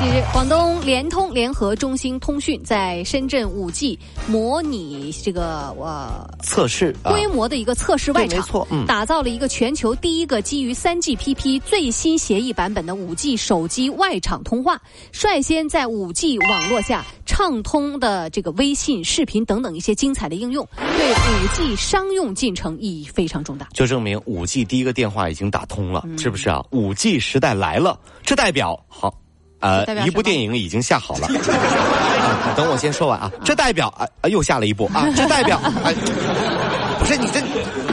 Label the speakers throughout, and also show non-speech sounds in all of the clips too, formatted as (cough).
Speaker 1: 近日，广东联通联合中兴通讯在深圳 5G 模拟这个呃
Speaker 2: 测试啊，
Speaker 1: 规模的一个测试外
Speaker 2: 对
Speaker 1: 场，
Speaker 2: 没错嗯
Speaker 1: 打造了一个全球第一个基于 3GPP 最新协议版本的 5G 手机外场通话，率先在 5G 网络下畅通的这个微信、视频等等一些精彩的应用，对 5G 商用进程意义非常重大。
Speaker 2: 就证明五 G 第一个电话已经打通了，
Speaker 1: 嗯
Speaker 2: 是不是啊？五 G 时代来了，这代表好，呃
Speaker 1: 代表，
Speaker 2: 一
Speaker 1: 什
Speaker 2: 部
Speaker 1: 么
Speaker 2: 电影已经下好了。 (laughs) 啊等我先说完啊，这代表啊、啊又下了一部
Speaker 1: (laughs)
Speaker 2: 啊，这代表哎，不是你这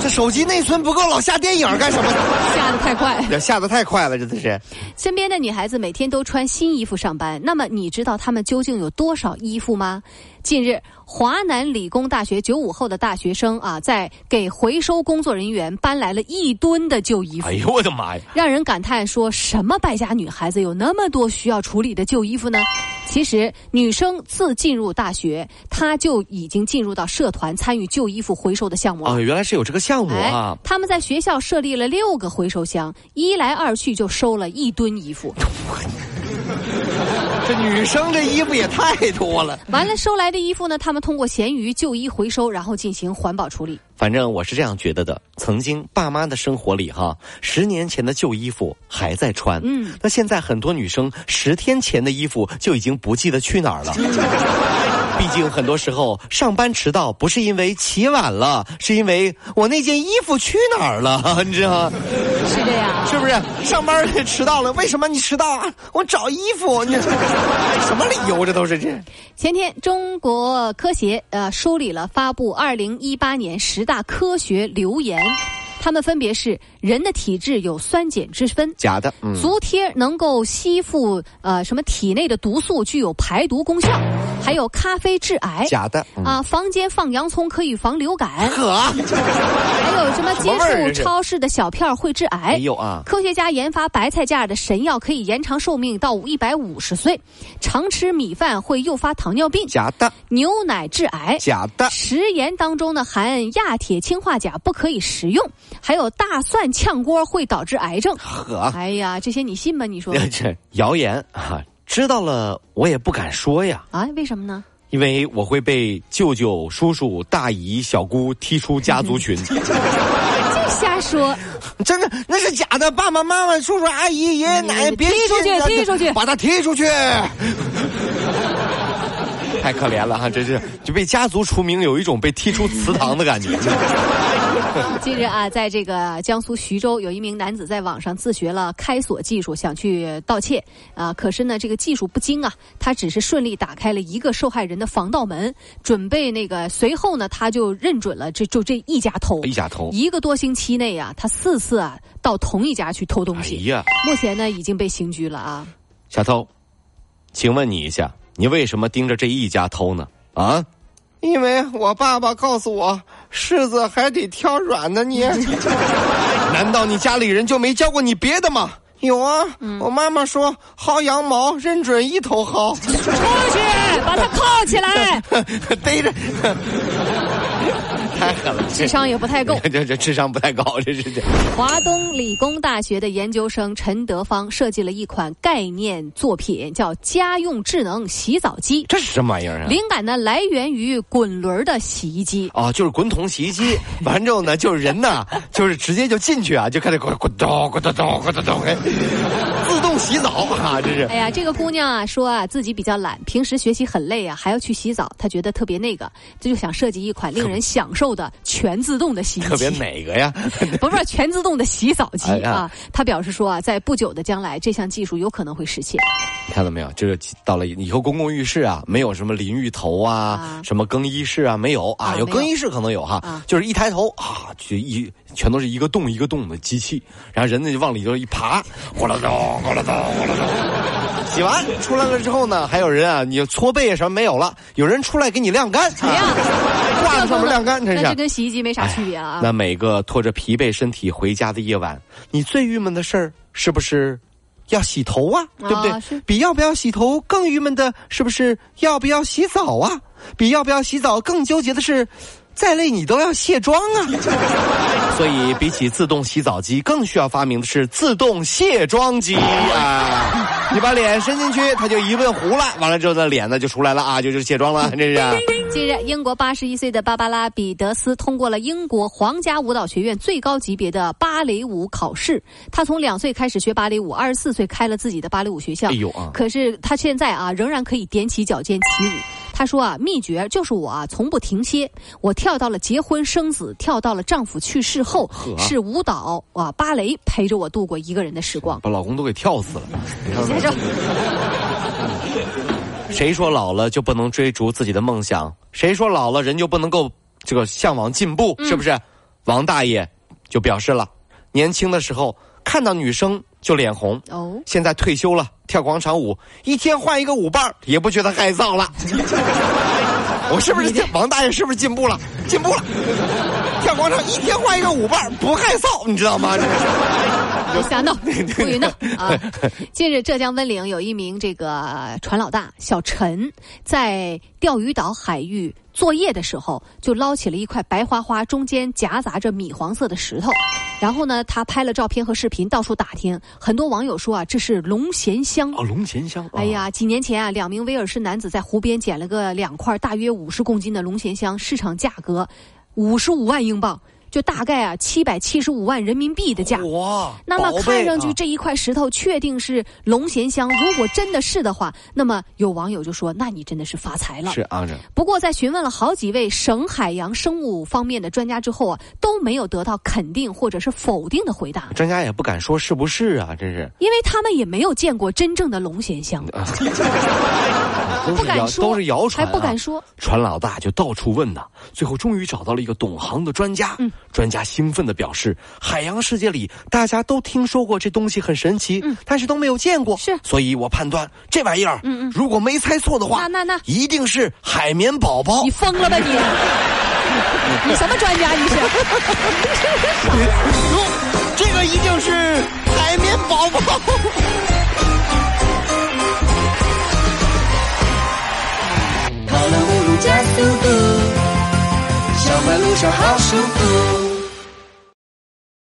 Speaker 2: 这手机内存不够，老下电影干什么？
Speaker 1: 下的太快。
Speaker 2: 这下的太快了，真的是。
Speaker 1: 身边的女孩子每天都穿新衣服上班，那么你知道她们究竟有多少衣服吗？近日，华南理工大学九五后的大学生啊，在给回收工作人员搬来了一吨的旧衣服
Speaker 2: 哎，呦我的妈呀！
Speaker 1: 让人感叹说什么败家女孩子有那么多需要处理的旧衣服呢？其实，女生自进入大学，她就已经进入到社团参与旧衣服回收的项目了
Speaker 2: 哦，原来是有这个项目啊
Speaker 1: 哎！，他们在学校设立了六个回收箱，一来二去就收了一吨衣服。
Speaker 2: 这女生这衣服也太多了。
Speaker 1: 完了，收来的衣服呢，他们通过闲鱼旧衣回收，然后进行环保处理。
Speaker 2: 反正我是这样觉得的。曾经爸妈的生活里哈，十年前的旧衣服还在穿，嗯，那现在很多女生十天前的衣服就已经不记得去哪儿
Speaker 1: (laughs)
Speaker 2: 了。毕竟很多时候上班迟到不是因为起晚了，是因为我那件衣服去哪儿了， (laughs) 你知道吗？
Speaker 1: 是这样啊，
Speaker 2: 是不是？上班迟到了，为什么你迟到啊？我找衣服，你 (laughs) 什么理由？这都是这。
Speaker 1: 前天，中国科协呃梳理了发布二零一八年十大科学流言，它们分别是人的体质有酸碱之分。
Speaker 2: 假的，嗯，
Speaker 1: 足贴能够吸附呃什么体内的毒素，具有排毒功效，还有咖啡致癌
Speaker 2: 假的，嗯，
Speaker 1: 啊。房间放洋葱可以
Speaker 2: (laughs)
Speaker 1: 防流感，
Speaker 2: 可
Speaker 1: 还有什么
Speaker 2: 什么味儿啊
Speaker 1: 接
Speaker 2: 这是
Speaker 1: 触超市的小票会致癌？
Speaker 2: 没有啊
Speaker 1: 科学家研发白菜价的神药可以延长寿命到一百五十岁，常吃米饭会诱发糖尿病，
Speaker 2: 假的，
Speaker 1: 牛奶致癌。
Speaker 2: 假的，
Speaker 1: 食盐当中呢含亚铁氰化钾，不可以食用。还有大蒜炝锅会导致癌症。
Speaker 2: 可。
Speaker 1: 哎呀，这些你信吗？你
Speaker 2: (laughs)
Speaker 1: 说
Speaker 2: 这谣言啊，知道了我也不敢说呀，
Speaker 1: 啊？为什么呢？
Speaker 2: 因为我会被舅舅、叔叔、大姨、小姑踢出家族
Speaker 1: (laughs)
Speaker 2: 群。
Speaker 1: 净瞎说！
Speaker 2: 真的，那是假的。爸爸妈妈、叔叔、阿姨、爷爷奶奶，
Speaker 1: 你
Speaker 2: 别
Speaker 1: 踢出去
Speaker 2: 信他
Speaker 1: 踢出去
Speaker 2: 把他踢出去。 (laughs) 太可怜了哈、真是就被家族除名，有一种被踢出祠堂的感觉。
Speaker 1: 近日啊，在这个江苏徐州，有一名男子在网上自学了开锁技术，想去盗窃啊。可是呢，这个技术不精啊，他只是顺利打开了一个受害人的防盗门，准备那个。随后呢，他就认准了这就这 (laughs) 一家偷，
Speaker 2: 一家偷，
Speaker 1: 一个多星期内啊，他四次啊到同一家去偷东
Speaker 2: 哎
Speaker 1: 西，
Speaker 2: 呀，
Speaker 1: 目前呢已经被刑拘了啊。
Speaker 2: 小偷，请问你一下，你为什么盯着这一家偷呢？啊？
Speaker 3: 因为我爸爸告诉我，柿子还得挑软的捏。
Speaker 2: (laughs) 难道你家里人就没教过你别的吗？
Speaker 3: 有啊，
Speaker 1: 嗯
Speaker 3: 我妈妈说薅羊毛认准一头薅，(laughs)
Speaker 1: (laughs) 出去，把他铐起来，
Speaker 2: 逮着， (laughs) 太狠了，
Speaker 1: (laughs) 智商也不太够。
Speaker 2: 这这这智商不太高，这是这
Speaker 1: 华东理工大学的研究生陈德芳设计了一款概念作品，叫“家用智能洗澡机
Speaker 2: 这是什么玩意儿”，啊？
Speaker 1: 灵感呢来源于滚轮的洗衣机。
Speaker 2: 哦，就是滚筒洗衣机，完之后呢，就是人呐，就是直接就进去啊，就开始滚滚咚滚咚咚滚咚咚，哎自动洗澡啊，这是
Speaker 1: 哎呀，这个姑娘啊说啊自己比较懒，平时学习很累啊，还要去洗澡，她觉得特别那个，这就想设计一款令人享受的全自动的洗衣机。
Speaker 2: 特别哪个呀？
Speaker 1: (laughs) 不是全自动的洗澡机
Speaker 2: 哎呀
Speaker 1: 啊！他表示说啊，在不久的将来，这项技术有可能会实现。
Speaker 2: 你看到没有？就是到了以后公共浴室啊，没有什么淋浴头啊，
Speaker 1: 啊
Speaker 2: 什么更衣室啊，没有啊，
Speaker 1: 啊
Speaker 2: 有
Speaker 1: 没有
Speaker 2: 更衣室可能有哈，
Speaker 1: 啊
Speaker 2: 就是一抬头啊，就一全都是一个洞一个洞的机器，然后人呢就往里头一爬，哗啦咚，哗啦咚，哗啦咚。洗完出来了之后呢，还有人啊，你搓背啊什么没有了，有人出来给你晾干，啊
Speaker 1: 怎么样？
Speaker 2: 挂在上面晾干，这
Speaker 1: 那哎这
Speaker 2: 是。
Speaker 1: 跟洗衣机没啥区别啊。
Speaker 2: 那每个拖着疲惫身体回家的夜晚，你最郁闷的事儿是不是要洗头啊？对不对？
Speaker 1: 啊是
Speaker 2: 比要不要洗头更郁闷的是不是要不要洗澡啊？比要不要洗澡更纠结的是。再累你都要卸妆啊！ (laughs) 所以比起自动洗澡机，更需要发明的是自动卸妆机啊！你把脸伸进去，它就一顿糊了，完了之后呢，脸呢就出来了啊，就就卸妆了，这是。
Speaker 1: (laughs) 近日，英国八十一岁的芭芭拉·彼得斯通过了英国皇家舞蹈学院最高级别的芭蕾舞考试。她从两岁开始学芭蕾舞，二十四岁开了自己的芭蕾舞学校。
Speaker 2: 哎呦啊
Speaker 1: 可是她现在啊，仍然可以踮起脚尖起舞。她说啊，秘诀就是我啊，从不停歇。我跳到了结婚生子，跳到了丈夫去世后，是舞蹈啊芭蕾陪着我度过一个人的时光。
Speaker 2: 把老公都给跳死了。
Speaker 1: 先生，
Speaker 2: 谁说老了就不能追逐自己的梦想？谁说老了人就不能够这个向往进步？
Speaker 1: 嗯
Speaker 2: 是不是？王大爷就表示了，年轻的时候看到女生就脸红，
Speaker 1: 哦，
Speaker 2: 现在退休了跳广场舞，一天换一个舞伴儿也不觉得害臊了。 (laughs) 我是不是王大爷？是不是进步了？进步了！跳广场一天换一个舞伴儿不害臊，你知道吗？这是
Speaker 1: 别瞎闹，不许闹啊！近日，浙江温岭有一名这个船老大小陈，在钓鱼岛海域作业的时候，就捞起了一块白花花、中间夹杂着米黄色的石头。然后呢，他拍了照片和视频，到处打听。很多网友说啊，这是龙涎香。
Speaker 2: 哦，龙涎香。
Speaker 1: 哎，呀，几年前啊，两名威尔士男子在湖边捡了个两块大约五十公斤的龙涎香，市场价格五十五万英镑，就大概啊七百七十五万人民币的价。
Speaker 2: 哇！
Speaker 1: 那么
Speaker 2: 宝贝
Speaker 1: 看上去
Speaker 2: 啊
Speaker 1: 这一块石头确定是龙涎香，如果真的是的话，那么有网友就说：“那你真的是发财了。
Speaker 2: 是啊，这”
Speaker 1: 不过在询问了好几位省海洋生物方面的专家之后啊，都没有得到肯定或者是否定的回答，
Speaker 2: 专家也不敢说是不是啊，真是。
Speaker 1: 因为他们也没有见过真正的龙涎香，
Speaker 2: 都
Speaker 1: 不
Speaker 2: 是谣
Speaker 1: 敢，说，
Speaker 2: 都是谣传、啊，
Speaker 1: 还不敢。说。
Speaker 2: 船老大就到处问呐、最后终于找到了一个懂行的专家。
Speaker 1: 嗯
Speaker 2: 专家兴奋地表示，海洋世界里大家都听说过这东西很神奇，但是都没有见过。
Speaker 1: 嗯是嗯
Speaker 2: 所以我判断这玩意儿，如果没猜错的话，
Speaker 1: 那那那
Speaker 2: 一定是海绵宝宝
Speaker 1: 你。疯了
Speaker 2: (laughs)
Speaker 1: 吧你？你什么专家你是？
Speaker 2: 这个一定是海绵宝宝。
Speaker 4: 跑了五路加速度，上班路上好舒服。